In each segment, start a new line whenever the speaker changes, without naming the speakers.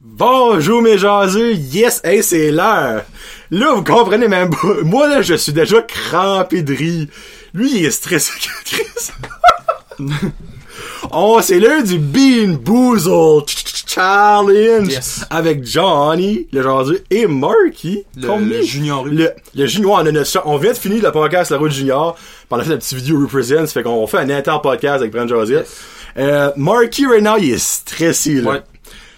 Bonjour mes jaseux, yes, hey, c'est l'heure. Là, vous comprenez même pas. Moi, là, je suis déjà crampé de rire. Lui, il est stressé que Chris. oh, c'est l'heure du Bean Boozle Ch- Ch- Challenge
Yes.
avec Johnny, le jaseux, et Marky.
Le-
Combien?
le junior.
Le, le junior, on, a notre- on vient de finir le podcast La Route Junior. Puis On a fait la petite vidéo Represent, ça fait qu'on fait un inter podcast avec Brent Joseph. Euh, Marky, right now, il est stressé, là.
Ouais.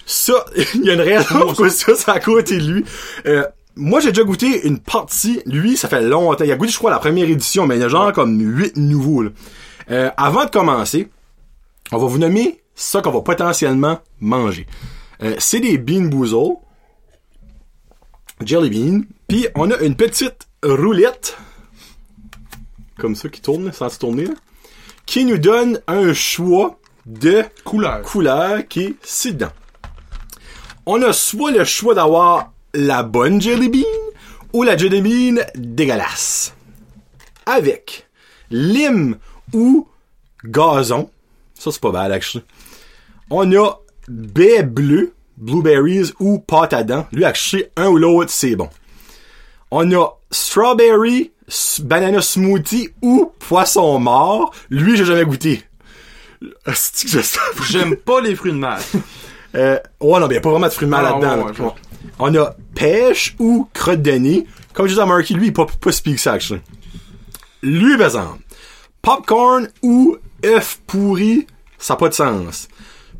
Ça, il y a une raison pourquoi ça, c'est à côté de lui. Euh, moi, j'ai déjà goûté une partie. Lui, ça fait longtemps. Il a goûté, je crois, la première édition, mais il y a genre comme huit nouveaux. là. Euh, avant de commencer, on va vous nommer ça qu'on va potentiellement manger. Euh, c'est des bean boozle, jelly bean, puis on a une petite roulette, comme ça, qui tourne, là, sans se tourner, là, qui nous donne un choix de
Couleur.
couleur qui est ci-dedans. On a soit le choix d'avoir la bonne jelly bean ou la jelly bean dégueulasse. Avec lime ou gazon. Ça, c'est pas mal, actually. On a baie bleue, blueberries ou pâte à dents. Lui, actually, un ou l'autre, c'est bon. On a strawberry, s- banana smoothie ou poisson mort. Lui, j'ai jamais goûté. Asti que je sais pas.
J'aime pas les fruits de mer.
Euh, ouais, non, mais y a pas vraiment de fruits de mer
Ah,
là-dedans.
ouais,
là.
ouais,
Ouais. On a pêche ou crotte de nez. Comme je disais à Marky, lui, il est pas, pas si pire que ça, actually. Lui, par exemple, popcorn ou œuf pourri, ça n'a pas de sens.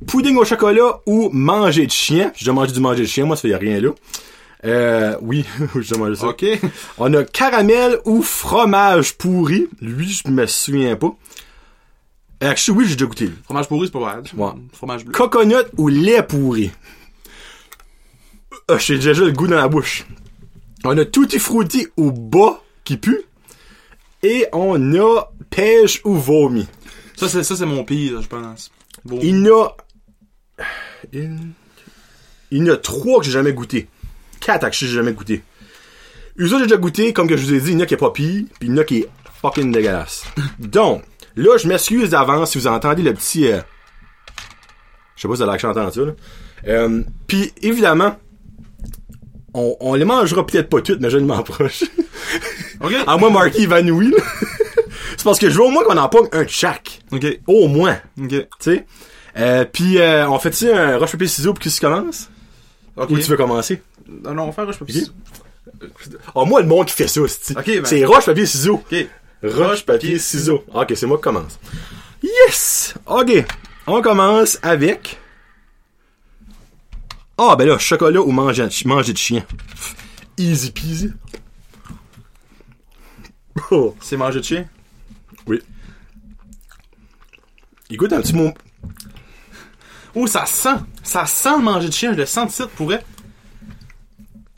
Pudding au chocolat ou manger de chien. J'ai déjà mangé du manger de chien, moi, ça fait rien là. Euh, oui, j'ai déjà mangé ça.
OK?
On a caramel ou fromage pourri. Lui, je me souviens pas. Actually, oui, j'ai déjà goûté. lui.
Fromage pourri, c'est pas mal.
Ouais.
Fromage bleu.
Coconut ou lait pourri? Ah, J'ai déjà le goût dans la bouche. On a Tutti Frutti ou bas qui pue. Et on a pêche ou vomi.
Ça, c'est, ça, c'est mon pire, je pense. Bon.
Il y en a... Il il y en a trois que j'ai jamais goûté. Quatre que j'ai jamais goûté. Eux autres, j'ai déjà goûté, comme que je vous ai dit, il y en a qui est pas pire, puis il y en a qui est fucking dégueulasse. Donc, là, je m'excuse d'avance si vous entendez le petit... euh, Je sais pas si vous allez chanter ça, là. Euh, puis, évidemment, on, on les mangera peut-être pas toutes, mais je ne m'en proche.
OK?
à moi, Marky évanoui, là. C'est parce que je veux au moins qu'on en pogne un de chaque.
OK.
Au moins.
OK.
Tu sais. Euh, puis euh, on fait-tu un roche papier ciseaux pour qui se commence
OK.
Ou tu veux commencer
Non, non, on va faire roche papier ciseaux.
Oh moi le monde qui fait ça, c'est
Ok, ben-
c'est roche papier ciseaux.
OK.
Roche papier ciseaux. OK, c'est moi qui commence. Yes. OK. On commence avec Ah ben là, chocolat ou manger, manger de chien. Easy peasy. Oh,
C'est manger de chien?
oui. Écoute un petit mot.
Oh, ça sent! Ça sent le manger de chien, je le sens de site pour vrai.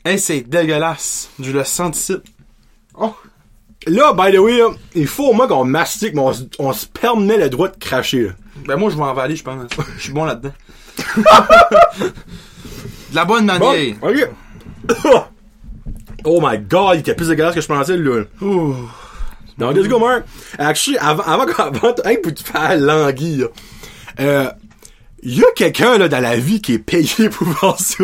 Hey, c'est dégueulasse. Je le sens de site. Oh!
Là, by the way, là, il faut au moins qu'on mastique, mais on, se- on se permet le droit de cracher. là.
Ben, moi, je vais avaler, je pense. Je suis bon là-dedans. de la bonne
Bon,
manière.
ok. oh my god, il était plus dégueulasse que je pensais, là.
Ouh.
Donc, let's go, Mark. Actually, avant, avant, qu'on- avant hey, pour te faire languir, là, euh, il y a quelqu'un, là, dans la vie qui est payé pour faire ça.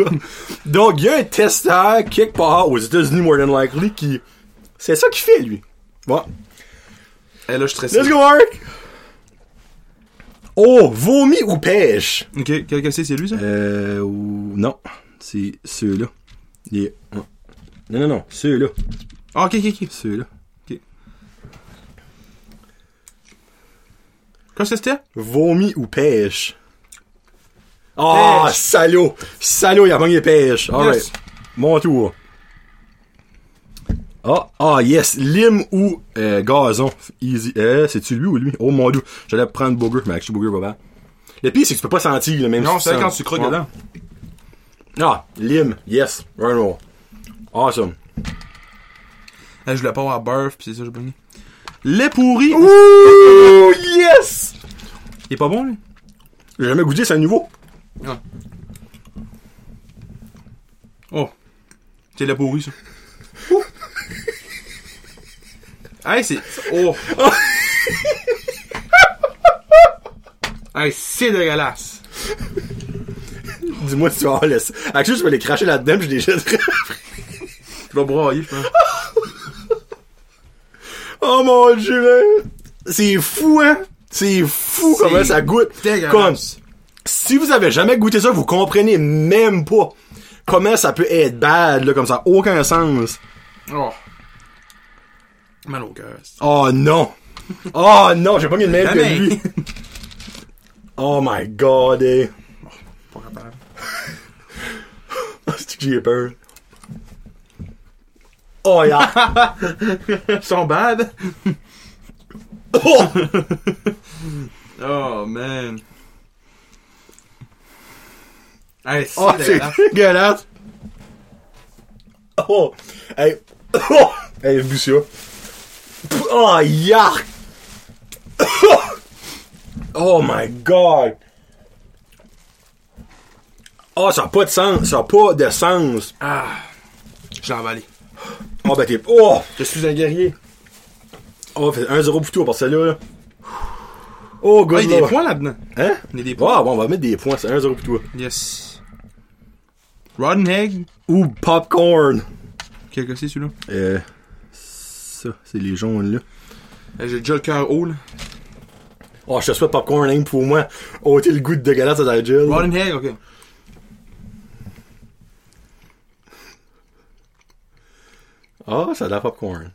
Donc, il y a un testeur, quelque part, aux États-Unis, more than likely, qui, c'est ça qu'il fait, lui. Bon.
Hey, là, je suis stressé.
Let's go, Mark. Oh, vomi ou pêche?
OK, quel que c'est, c'est lui, ça?
Euh. Ou... Non. C'est ceux-là. Les... Non, non, non. non, Ceux-là.
Ah, OK, OK, OK.
Ceux-là.
Qu'est-ce que c'était?
Vomi ou pêche? Ah,
Pêche.
salaud! Salaud, il a manqué pêche. Alright.
Yes.
Mon tour. Ah, ah, yes. Lime ou euh, gazon. Easy. Euh, c'est-tu lui ou lui? Oh mon dieu. J'allais prendre Booger, mais actually Booger va bien. Le pire, c'est que tu peux pas sentir, là, même
Non,
si
c'est quand
sens.
tu croques
Ouais.
dedans.
Ah, lime. Yes. Right on. Awesome.
Là, Ah, je voulais pas avoir beurre, pis c'est ça, j'ai pogné. Lait pourri!
Ouh, yes!
Il est pas bon, lui?
J'ai jamais goûté, c'est un nouveau.
Non. Oh. C'est lait pourri, ça. hey, c'est. Oh! hey, c'est dégueulasse!
Dis-moi si tu vas avoir le. Actuellement, je vais les cracher là-dedans, puis je les jetterai.
Tu vas broyer, je pense.
Oh mon dieu, man. C'est fou, hein? C'est fou
C'est
comment ça goûte.
dégueulasse.
Comme, si vous avez jamais goûté ça, vous comprenez même pas comment ça peut être bad, là, comme ça. Aucun sens.
Oh. Mal au cœur.
Oh non. Oh non, j'ai pas mis le même que
Jamais.
lui. Oh my god, eh.
Pas capable.
C'est que j'ai peur. Oh yeah.
Ils sont bad.
Oh!
Oh, man. Hey, Ah, c'est
Oh, c'est
dégueulasse.
dégueulasse! Oh! Hey! Oh! Hey, vu ça? Pff, Oh, yark! Oh my god! Oh, ça n'a pas de sens! Ça n'a pas de sens!
Ah. Je l'ai emballé.
Oh, ben t'es. Oh!
Je suis un guerrier.
Oh, fait 1-0 pour toi pour celle-là. là. Oh,
Ah,
god!
il y a des points là-dedans.
Hein?
Il y a des points.
Oh, bon, on va mettre des points. C'est 1-0 pour toi.
Ah. Yes. Rotten Egg.
Ou popcorn!
Quel que c'est celui-là?
Euh. Ça, c'est les jaunes là.
Eh, J'ai déjà le cœur haut, là.
Oh, je te souhaite popcorn aim pour moi. ôter le goût de dégueulasse à ta gueule.
Rotten Egg, ok.
Ah, ça a de la popcorn.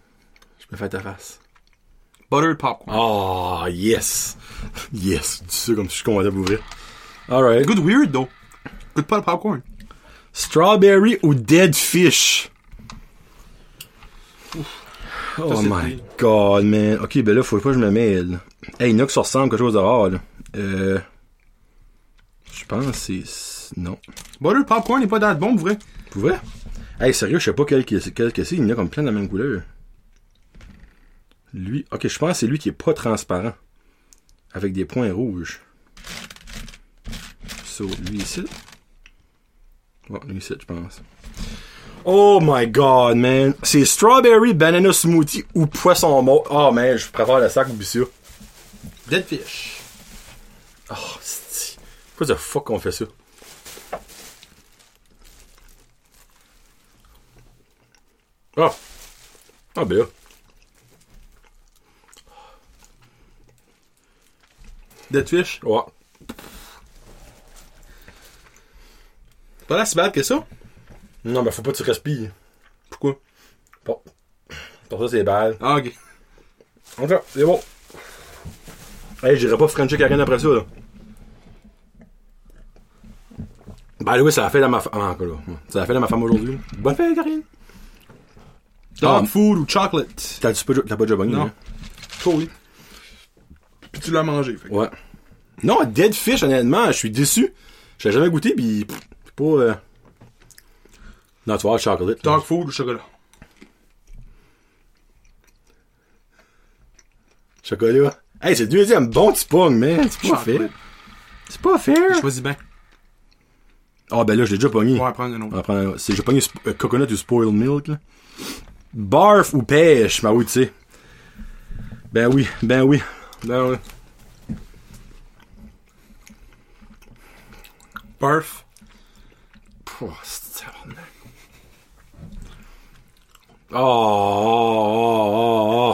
Je me fais ta face.
Buttered popcorn.
Oh, yes. Yes. Tu sais comme si je suis content d'ouvrir. Alright.
Good weird, though. Goûte pas le popcorn.
Strawberry ou dead fish? oh
c'est
my
pire.
god, man. Ok, ben là, faut pas que je me mêle. Hey, il y en a qui se ressemblent quelque chose de rare, là. Euh. Je pense que c'est. Non.
Buttered popcorn n'est pas dans le bon, pour vrai.
Pour vrai? Hey, sérieux, je sais pas quel, que- quel que c'est. Il y en a comme plein de la même couleur. Lui, ok, je pense que c'est lui qui est pas transparent. Avec des points rouges. So, lui ici. Ouais, lui ici, je pense. Oh my god, man. C'est strawberry banana smoothie ou poisson mort. Oh man, je préfère le sac au ça.
Dead fish.
Oh, c'est. Pourquoi the fuck qu'on fait ça? Ah! Ah, ben là.
Dead fish.
Ouais.
Pas là si bad que ça.
Non, mais faut pas que tu respires.
Pourquoi?
Bon. Pour ça, c'est bad.
Ah, ok.
En tout cas, c'est bon. Hey, j'irai pas Frencher Karen après ça, là. Bah oui, ça a fait la ma femme. Ah, encore là. Ça a fait la ma femme aujourd'hui. Bonne fête, Karine!
Dog
Ah.
food ou chocolate.
T'as pas, t'as pas déjà bonne,
Non.
hein?
Toi, oui. Puis tu l'as mangé. Fait. que-
Ouais. Non, Dead Fish, honnêtement, je suis déçu. Je l'ai jamais goûté, pis pff, c'est pas. euh, Non, tu vois, le chocolate. là.
Dog food ou chocolat.
Chocolat. Hey, c'est le deuxième bon petit pong, man. C'est pas
Chocolat.
fair. C'est pas fair.
Choisis bien.
Ah, ben là, je l'ai déjà pogné.
On va prendre un
On
autre.
va prendre un autre. C'est- J'ai pogné sp- euh, coconut ou spoiled milk, là. Barf ou pêche, bah oui, tu sais. Ben oui, ben oui. Ben oui.
Ah. Barf.
Oh, c'est tabarnak. Oh,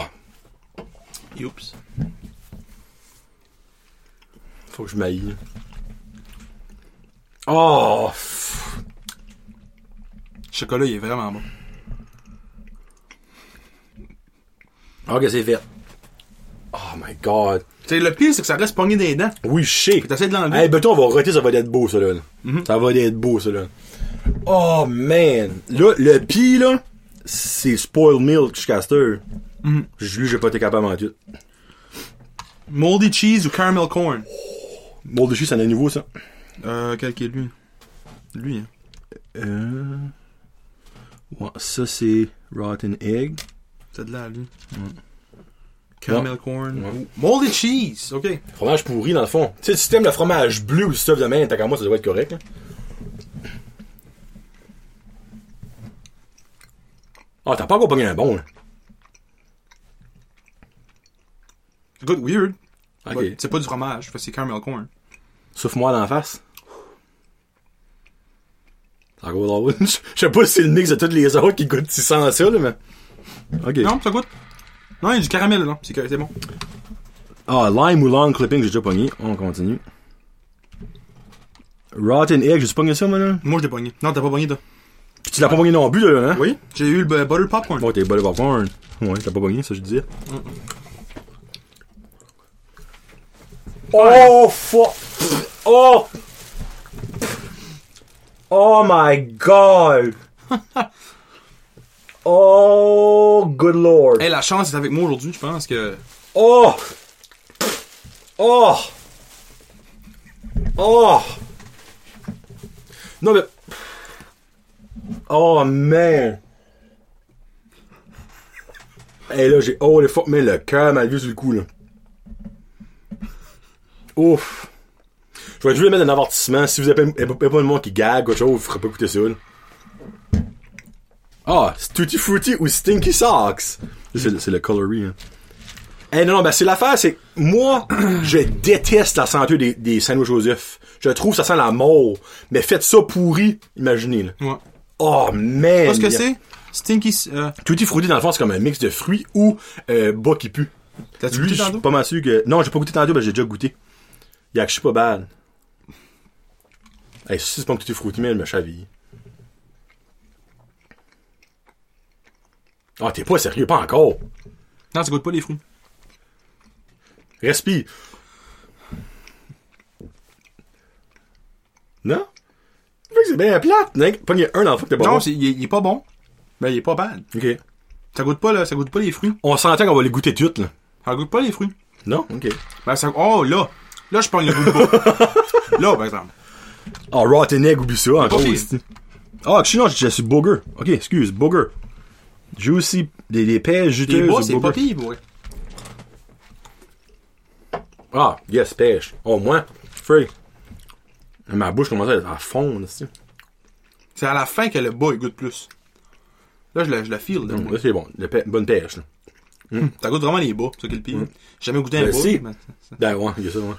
oh, oh, oh.
Youps.
Faut que je m'aille. Oh! pff.
Chocolat, il est vraiment bon.
Ok, c'est fait. Oh my god.
Tu sais, le pire, c'est que ça reste pogné dans les dents.
Oui, je sais.
Puis t'essaies de Mm-hmm. l'enlever.
Hey, ben toi, on va roter, ça va être beau, ça, là. Ça va être beau, ça, là. Oh, man. Là, le pire, là, c'est spoiled milk, Caster.
Mm-hmm.
Je lui, j'ai pas été capable en tout.
Moldy cheese ou caramel corn.
Bon, dessus, ça en est nouveau, ça.
Euh, quel qui est lui? Lui, hein.
Euh... ouais, ça, c'est rotten egg.
T'as de là, lui. Caramel corn.
Ouais.
Moldy cheese, ok.
Fromage pourri, dans le fond. Tu sais, si t'aimes le fromage bleu ou le stuff de main, t'as qu'à moi, ça doit être correct, là. Ah, t'as pas encore pogné un bon, là.
Good weird.
Ok.
Ouais, C'est pas du fromage, fait que c'est caramel corn.
Sauf moi d'en face. Encore drôle. Je sais pas si c'est le mix de toutes les autres qui goûtent si sans ça, là, mais. Ok.
Non, ça goûte. Non, il y a du caramel, là. C'est que- c'est bon.
Ah, lime ou long clipping, j'ai déjà pogné. On continue. Rotten egg, j'ai pogné ça, moi, là.
Moi, je l'ai pogné. Non, t'as pas pogné, toi.
Puis tu l'as pas pogné non plus, là, hein?
Oui, j'ai eu le bu- butter popcorn.
Bon, t'es bol de popcorn. Ouais, t'as pas pogné, ça, je disais. Oh, fuck! Oh! Oh my god! oh, good lord!
Hey, la chance est avec moi aujourd'hui, je pense que.
Oh! Oh! Oh! Non mais... Oh man! Hey là j'ai... Oh les fuck, mais le cœur m'a vu sur le coup là. Ouf! Je vais juste mettre un avertissement. Si vous avez pas, avez pas de monde qui gague ou autre chose, vous ferez pas écouter ça là. Ah! c'est Tutti Frutti ou Stinky Socks! C'est le- c'est le coloris hein. Eh non, non, ben c'est l'affaire, c'est que moi, je déteste la senteur des, des sandwichs aux œufs. Je trouve que ça sent la mort. Mais faites ça pourri, imaginez là.
Ouais.
Oh man!
Pas ce que c'est? Stinky. s- euh,
Tutti Frutti, dans le fond, c'est comme un mix de fruits ou euh, bas qui pue.
T'as-tu
Lui,
goûté
je suis
tantôt?
pas mal sûr que. Non, j'ai pas goûté tantôt, mais j'ai déjà goûté. Y'a que je suis pas bad. Hey, si c'est pas un Tutti Frutti, mais elle me chaville. Ah, t'es pas sérieux, pas encore.
Non, ça goûte pas les fruits.
Respire. Non? Je veux que C'est bien plate, mec. Pas un enfant que t'es pas
Non,
bon.
c'est- il est, il est pas bon. Mais il est pas bad.
Ok.
Ça goûte pas, là, ça goûte pas les fruits.
On s'entend qu'on va les goûter toutes, là.
Ça goûte pas les fruits.
Non? Ok.
Ben, ça. Oh, là. Là, je pogne le goût de bois. là, par exemple.
Ah, Rotten Egg, oublie ça, encore.
Ok.
ici. Ah, je suis non, je suis Booger. Ok, excuse, Booger. J'ai aussi des, des pêches
Les
juteuses.
bois, c'est pas
Booger.
pire, ouais.
Ah, yes, pêche. Oh, moi, free. Ma bouche commence à, à fondre, ici.
C'est à la fin que le bas, il goûte plus. Là, je le, je le feel, là. moi.
Là, c'est bon. Le pê- bonne pêche, là.
Ça goûte vraiment les bas, c'est ça qui est le pire. J'ai jamais goûté un
Ben,
bas.
si.
mais-
Ben, ouais, il y a ça, ouais.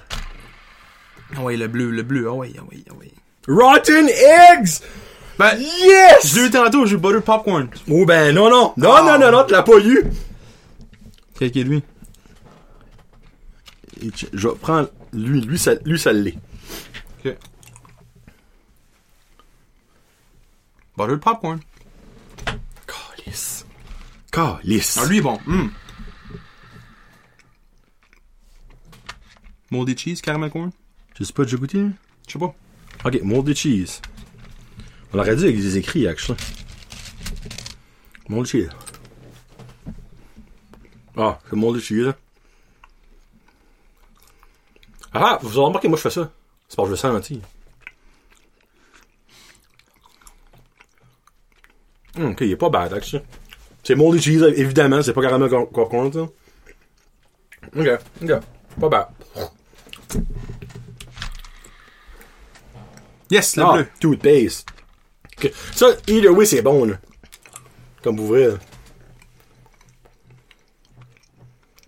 Ah ouais, le bleu, le bleu, ah ouais, ah ouais, ah ouais.
Rotten Eggs!
Ben,
Yes!
j'ai eu tantôt, j'ai eu butter popcorn.
Oh ben non non non
Ah.
non non non tu l'as pas eu.
Quel qui est lui?
Et tu- je vais prendre lui lui ça lui ça l'est.
Ok. Butter Bah, popcorn.
Calice. Calice.
Ah, lui, est bon. Hum. Moldy cheese, caramel corn?
Je sais pas j'ai goûté. hein?
Je sais pas.
Ok moldy cheese. On l'aurait dit avec des écrits actually. Moldy cheese. Ah c'est moldy cheese. là. Ah ah, vous avez remarqué moi je fais ça. C'est parce que je le sens gentil. Hum, ok, il est pas bad, actually. C'est moldy cheese, évidemment, c'est pas caramel cor- corn, ça. Ok, ok, pas bad.
Yes, le
ah,
bleu.
toothpaste. Que- Ça, either way, c'est bon, là. Comme vous voulez. là.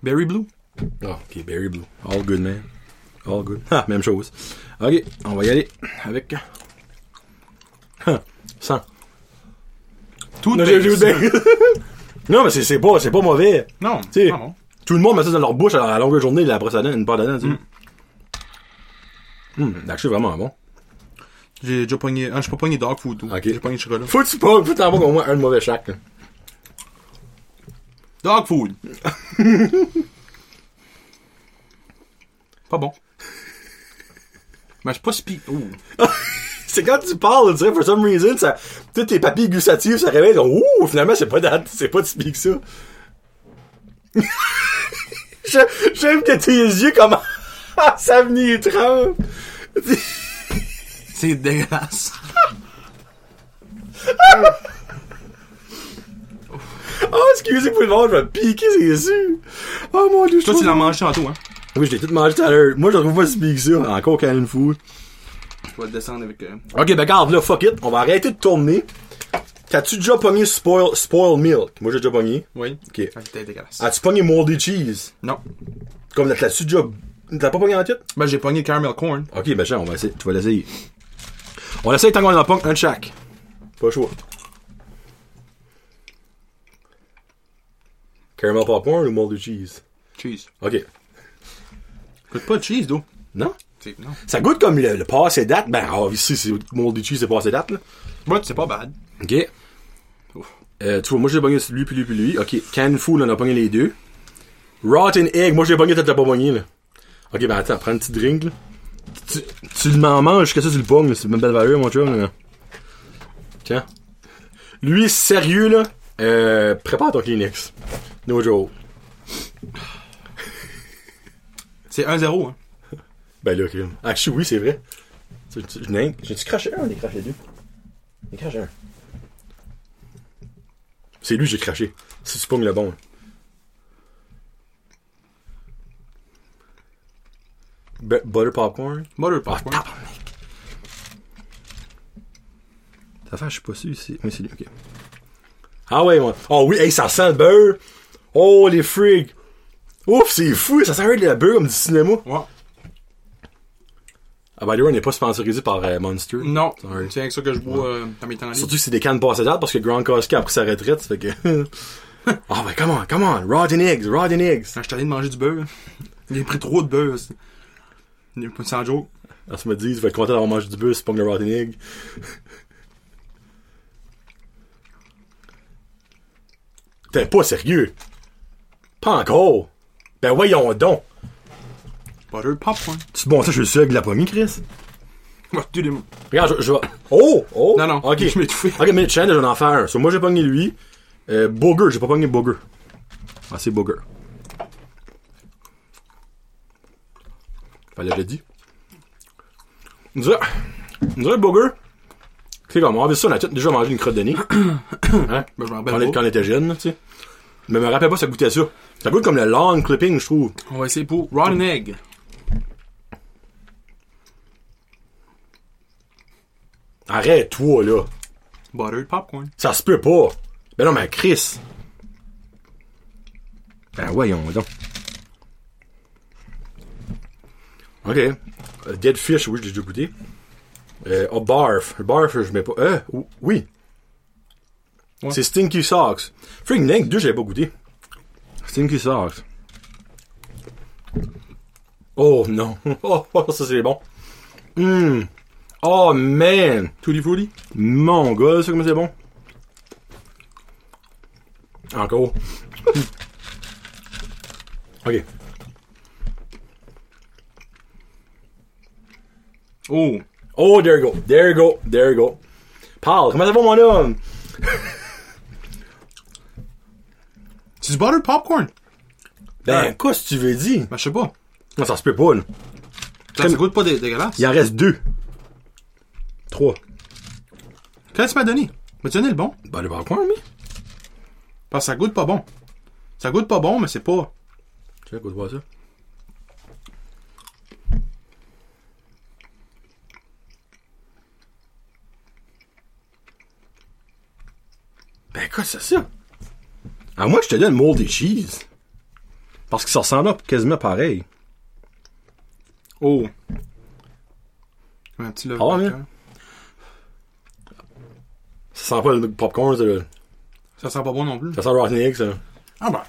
Berry blue.
Ah, ok, berry blue. All good, man. All good. Ah, même chose. Ok, on va y aller avec. Ah, Sans.
Tout
Non, j'ai- j'ai- non, mais c'est- c'est pas, c'est pas mauvais.
Non,
Tu sais,
pas bon.
tout le monde met ça dans leur bouche à la longue journée, la brosse à dents, une part de dents, tu sais. Hum, c'est vraiment bon.
J'ai déjà pogné. Ah, j'ai pas pogné dog food. tout.
Ok.
J'ai pogné de chocolat.
Faut que tu pognes, faut que t'en pognes au moins un de mauvais chaque. là.
Dog food. pas bon. Mais c'est pas Oh. spi. Ouh.
C'est quand tu parles, on dirait, for some reason, ça, toutes tes papilles gustatives se réveillent, genre, ouh, finalement, c'est pas, dat- c'est pas si pis que ça. Je- J'aime que tes yeux commencent à venir étrange.
C'est dégueulasse.
Oh, excusez pour le monde, je vais piquer ses yeux. Oh mon dieu, je
Toi, tu
trouve-
l'as mangé tantôt, hein?
Oui, je l'ai tout mangé tout à l'heure. Moi, je le trouve pas si pis que ça. Encore Cannon Food.
Je vais le descendre avec. euh,
Ok, ben garde, là, fuck it. On va arrêter de tourner. T'as-tu déjà pogné spoil, spoil milk? Moi, j'ai déjà pogné.
Oui.
Ok.
Ah, c'était dégueulasse.
As-tu pogné moldy cheese?
Non.
Comme t'as-tu déjà... T'as pas pogné en tête?
Ben, j'ai pogné le caramel corn.
Ok, ben tiens, on va essayer. Tu vas l'essayer. On essaye tant qu'on en pogne un de chaque. Pas le choix. Caramel popcorn ou molded cheese?
Cheese.
Ok.
Coûte pas de cheese, d'eau.
Non?
C'est- Non.
Ça goûte comme le, le passé date. Ben, ah, ici, c'est molded cheese, c'est passé date, là.
But c'est pas bad.
Ok.
Ouf.
Euh, tu vois, moi j'ai pogné lui, puis lui, puis lui. Ok, Can Food, on a pogné les deux. Rotten Egg, moi j'ai pogné, toi t'as pas pogné, là. Ok, ben attends, prends un petit drink, là. Tu, tu m'en manges jusqu'à ça, tu le pognes, là. c'est une belle valeur, mon chum, là. Tiens. Lui, sérieux, là, euh, prépare ton Kleenex. No joke.
C'est 1-0, hein.
Ben là, crime. Actually, oui, c'est vrai. Tu- tu- Je n'ai- J'ai-tu craché un ou j'ai craché deux? J'ai craché un. C'est lui que j'ai craché. Si tu pognes le bon. Bu- butter popcorn?
Butter
Ah,
popcorn.
tabarnak! Ça fait, je suis pas sûr si... Oui, c'est lui, ok. Ah ouais, moi. Oh oui, hey, ça sent le beurre! Oh, les frigs! Ouf, c'est fou! Ça sent le beurre comme du cinéma!
Ouais.
Ah, by the way, on n'est pas sponsorisé par euh, Monster.
Non.
Sorry.
C'est rien que ça que je bois euh, dans mes temps libres.
Surtout que c'est des cannes passées date parce que Gronkowski a pris sa retraite, ça fait que. Ah ben, come on, come on, rotten eggs, rotten eggs.
Quand je suis allé de manger du bœuf, j'ai pris trop de bœuf. aussi. Il y a pas de 100 jours.
Alors, tu me dis, tu vas être content d'avoir mangé du bus, c'est pas le rotten egg. T'es pas sérieux. Pas encore. Ben voyons donc.
Butter popcorn.
Tu bon, ça, je suis le seul qui l'a pas mis, Chris.
Ouais, tous les mots.
Regarde, je, je vais. Oh! Oh!
Non, non,
ok.
je m'étouffais.
Ok, mais challenge, j'en ai fait un. So, moi, j'ai pogné lui. Euh, Booger, j'ai pas pogné Booger. Ah, c'est Booger. Fallait que je le dise. On dirait. On dirait Booger. C'est comme, on avait ça, on a tous déjà mangé une crotte de nez. hein?
Ben, je
Quand on,
m'en
est-
rappelle
quand
pas.
on était jeune, là, tu sais. Mais je me rappelle pas, ça goûtait ça. Ça goûte comme le long clipping, je trouve.
On va essayer pour Rotten Egg.
Arrête-toi, là.
Butter popcorn.
Ça se peut pas. Ben non, mais Chris. Ben voyons donc. Ok. Euh, Dead Fish, oui, je l'ai déjà goûté. Euh, oh, Barf. Barf, je mets pas. Euh, ou- oui.
Ouais.
C'est Stinky Socks. Frank Link 2, j'avais pas goûté. Stinky Socks. Oh non. Oh, oh, ça c'est bon. Hum. Oh man.
Tutti Frutti.
Mon gars, ça comme c'est bon. Encore. ok.
Oh.
Oh, there you go. There you go. There you go. Paul, comment ça va, mon homme?
C'est du butter popcorn.
Ben,
Ouais.
qu'est-ce que tu veux dire?
Ben, je sais pas.
Non, ça se peut pas, là.
Ça, ça goûte pas dé- dégueulasse.
Il en reste deux. Trois.
Qu'est-ce que tu m'as donné? M'as-tu donné le bon?
Ben, le popcorn, oui.
Parce que ça goûte pas bon. Ça goûte pas bon, mais c'est pas.
Tiens, goûte voir ça. Ben, quoi, c'est ça? À moi, je te donne mold et cheese. Parce que ça ressemble quasiment pareil.
Oh. Comme un petit love. hein?
Ah ouais, mais- Ça sent pas le popcorn, ça, là.
Ça sent pas bon non plus.
Ça sent Rotten Egg, ça.
Ah ben.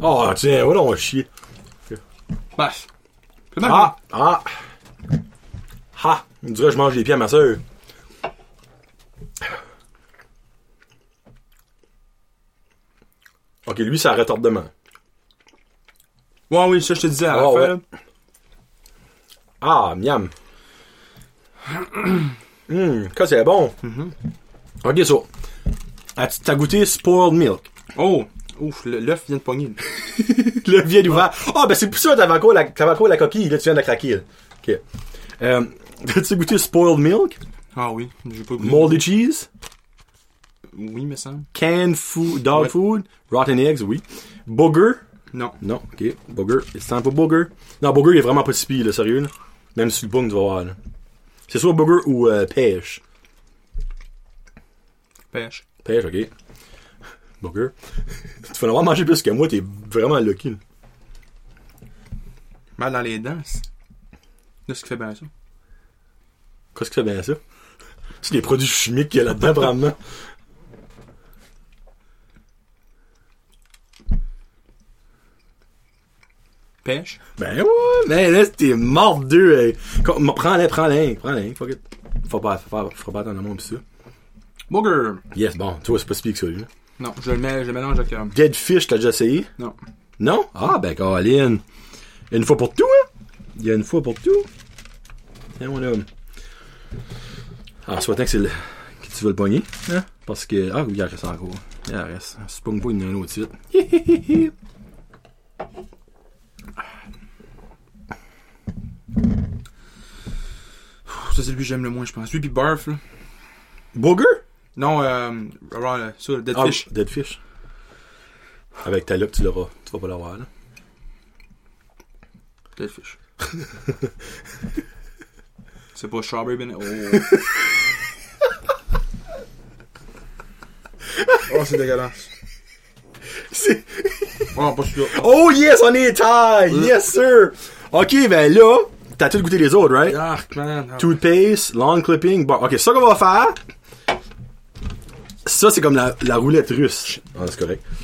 Oh, tiens, voilà, on chier.
Bah. C'est mal. hein?
Ah! Ah! Ha! Il dirait que je mange les pieds à ma soeur. Ok, lui, c'est un retardement.
Ouais, oui, ça je te disais à la
Ouais,
fin.
ouais.
là.
Ah, miam! Hum, que c'est bon! Ok, ça. As-tu- T'as goûté spoiled milk?
Oh. Ouf, le- l'œuf vient de pogner.
Le vieil ouvert. Ah, ben c'est pour ça, t'avais encore, la, t'avais encore la coquille, là, tu viens de la craquer. là. Ok. Euh, As-tu goûté spoiled milk?
Ah oui, j'ai pas goûté.
Moldy cheese?
Oui, mais ça.
Canned food, dog
Ouais.
food, rotten eggs, oui. Booger.
Non.
Non, ok. Booger. Il sent pas Booger. Non, Booger, il est vraiment pas si pire, là, sérieux. Là. Même si le punk, tu vas voir. là. C'est soit Booger ou euh, Pêche.
Pêche.
Pêche, ok. Booger. tu vas en avoir mangé plus que moi, t'es vraiment lucky. là.
Mal dans les dents. c'est- Là, ce qui fait bien ça.
Qu'est-ce que c'est bien ça? C'est les produits chimiques qu'il y a là-dedans, probablement.
Pêche.
Ben ouais, mais là, t'es mort de deux. hey. Con- m- Prends-les, prends-les, prends-les, fuck it. Faut pas, faut pas, faut pas attendre un monde pis ça.
Burger.
Yes, bon, tu vois, c'est pas si pire que ça, lui.
Non, je le, mets, je le mélange avec. euh,
Dead Fish, t'as déjà essayé?
non.
Non? Ah, ben, Caroline. Il y a une fois pour tout, hein? Il y a une fois pour tout. Tiens, mon homme. En souhaitant que, c'est le... que tu veux le pogner, hein? Parce que. Ah, oui, il en reste encore. Il en reste. Si tu pognes pas, il y en a un autre suite.
Pff, ça, c'est lui que j'aime le moins, je pense. Lui, puis Barf, là.
Burger?
Non, euh. alors, euh, ça, le Dead
Ah,
Fish.
Dead Fish. Avec ta loque, tu l'auras. Tu vas pas l'avoir, là.
Dead Fish. c'est pas Strawberry Banana. Oh. oh, c'est dégueulasse.
C'est.
Oh, pas celui-là.
Oh yes, on est taille! Yes, sir! Ok, ben là, t'as tout goûté les autres, right?
Arc, man. Ah.
Toothpaste, long clipping, bon. Ok, ça qu'on va faire. Ça, c'est comme la, la roulette russe. Ah, c'est correct. Oh.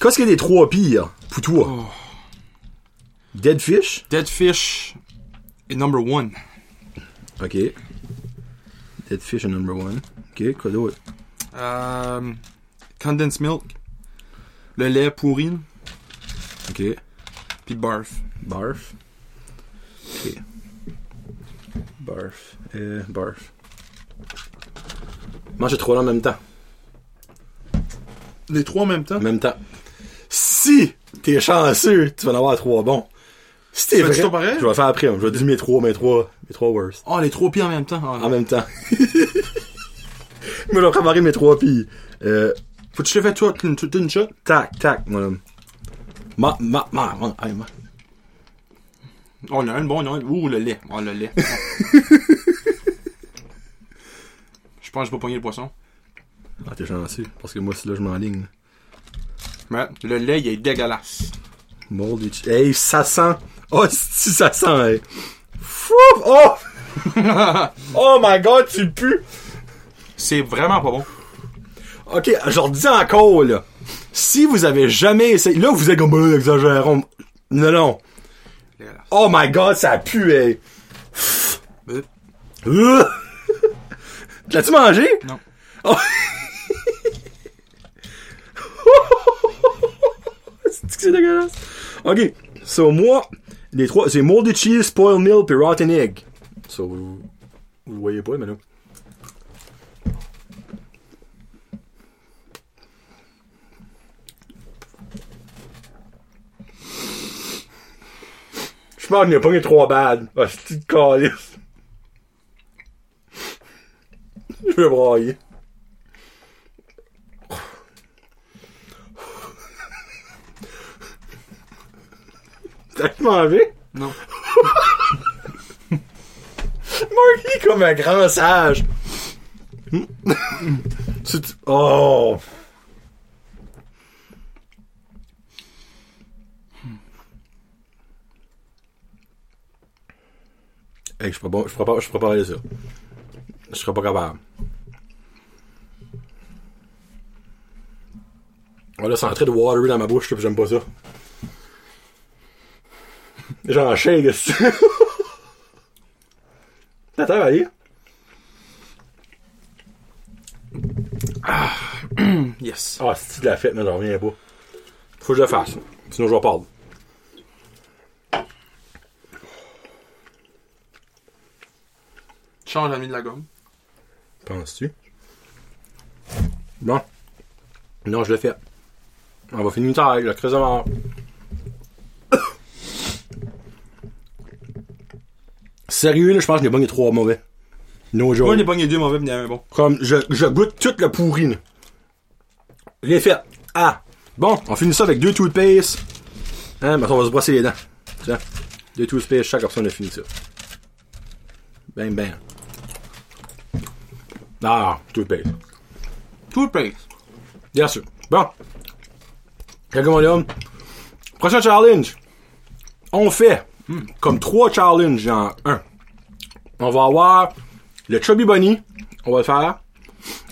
Qu'est-ce qu'il y a des trois pires pour toi? Dead Fish.
Dead Fish est number one.
Ok. Dead Fish est number one. Ok, quoi d'autre?
Euh, condensed milk. Le lait pourri. là,
Ok.
Puis barf.
Barf. Ok. Barf. Euh, barf. Mange les trois là en même temps.
Les trois en même temps.
En même temps. Si t'es chanceux, tu vas en avoir trois bons. Si t'es
Tu fais-tu
vrai,
ton pareil?
je vais faire après. Je vais dire mes trois, mes trois, mes trois worst.
Oh, les trois pieds en même temps. Oh,
En même temps. Moi, je vais préparer mes trois pis. Euh,
Faut que tu le fasses toi, une, toute une shot.
tac, tac, mon homme. Ma, ma, ma, ma, aïe, ma.
Oh, il y en a un bon, il y en a un. Ouh, le lait. Oh, le lait. je pense que je vais pas pogner le poisson.
Ah, t'es chanceux. Parce que moi, c'est là, je m'enligne.
Mais le lait, il est dégueulasse.
Moldy. ch- Hey, ça sent. Oh, si, ça sent, hey. Fou! Oh! oh my god, tu pues!
C'est vraiment pas bon.
Ok, je redis encore, là. Si vous avez jamais essayé. Là, vous êtes comme, bah, exagérons. Non, non.
Dégueulasse.
Oh my god, ça eh. pue, hey.
Euh,
Euh. L'as-tu mangé? Oh.
Non.
C'est que c'est dégueulasse. Ok, so moi, les trois, c'est Moldy Cheese, Spoiled Milk et Rotten Egg. So, vous, vous le voyez pas, mais là. Je pense qu'il n'y a pas que trois bad. Ah, c'est de calice. Je vais brailler. T'as mangé?
Non.
Mark, il est comme un grand sage. C'est- oh. Hey, je suis pas bon, je prépare, je préparais ça. Je serais pas capable. Oh là, c'est en train de watery dans ma bouche, là, puis j'aime pas ça. J'en shake, est-ce que- T'as travaillé?
Yes.
Ah, si tu l'as fait, mais j'en reviens pas. Faut que je le fasse. Sinon, je vais perdre.
Change la nuit de la gomme.
Penses-tu? Bon. Non, je l'ai fait. On va finir tard avec le creuse de mort. Sérieux, là, je pense que j'ai pogné trois mauvais. No
Moi,
joke.
j'ai pogné deux mauvais, mais il y en a un bon.
Comme, je, je goûte toute la pourri, là. Je l'ai fait. Ah! Bon, on finit ça avec deux toothpaste. Hein, mais on va se brosser les dents. Tiens. Deux toothpaste, chaque personne a fini ça. Bang, bang. Ah, toothpaste.
Tout place.
Bien sûr. Bon. Quelqu'un mon homme. Prochain challenge. On fait hmm, comme trois challenges en un. On va avoir le Chubby Bunny, On va le faire.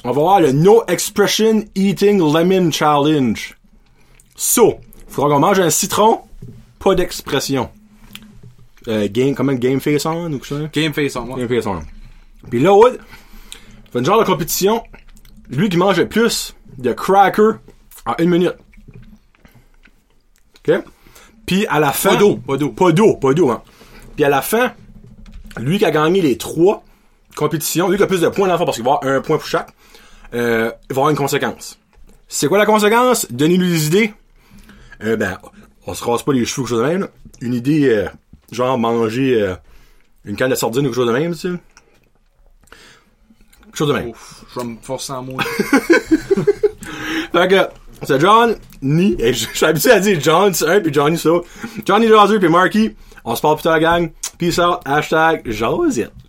On va voir le No Expression Eating Lemon Challenge. So, faudra qu'on mange un citron, pas d'expression. Euh, game, comment Game Face On ou quoi ça?
Game face en moi.
Game Face On. Puis là, Wood, fait une genre de compétition. Lui qui mange le plus de crackers en une minute. OK? Puis à la fin.
Pas d'eau, pas d'eau.
Pas d'eau, pas d'eau, hein. Puis à la fin, lui qui a gagné les trois compétitions, lui qui a plus de points dans le fond, parce qu'il va avoir un point pour chaque, euh, il va avoir une conséquence. C'est quoi la conséquence? Donnez-nous des idées. Euh, ben, on se rase pas les cheveux ou quelque chose de même. là. Une idée, euh, genre manger euh, une canne de sardine ou quelque chose de même, tu sais. Quelque chose de même.
Ouf, je vais me forcer en moi.
Fait que, c'est John, ni, et je je suis habitué à dire John, c'est un, puis Johnny, ça. Johnny Jaser, puis Marky. On se parle plus tard, gang. Peace out. Hashtag Josette.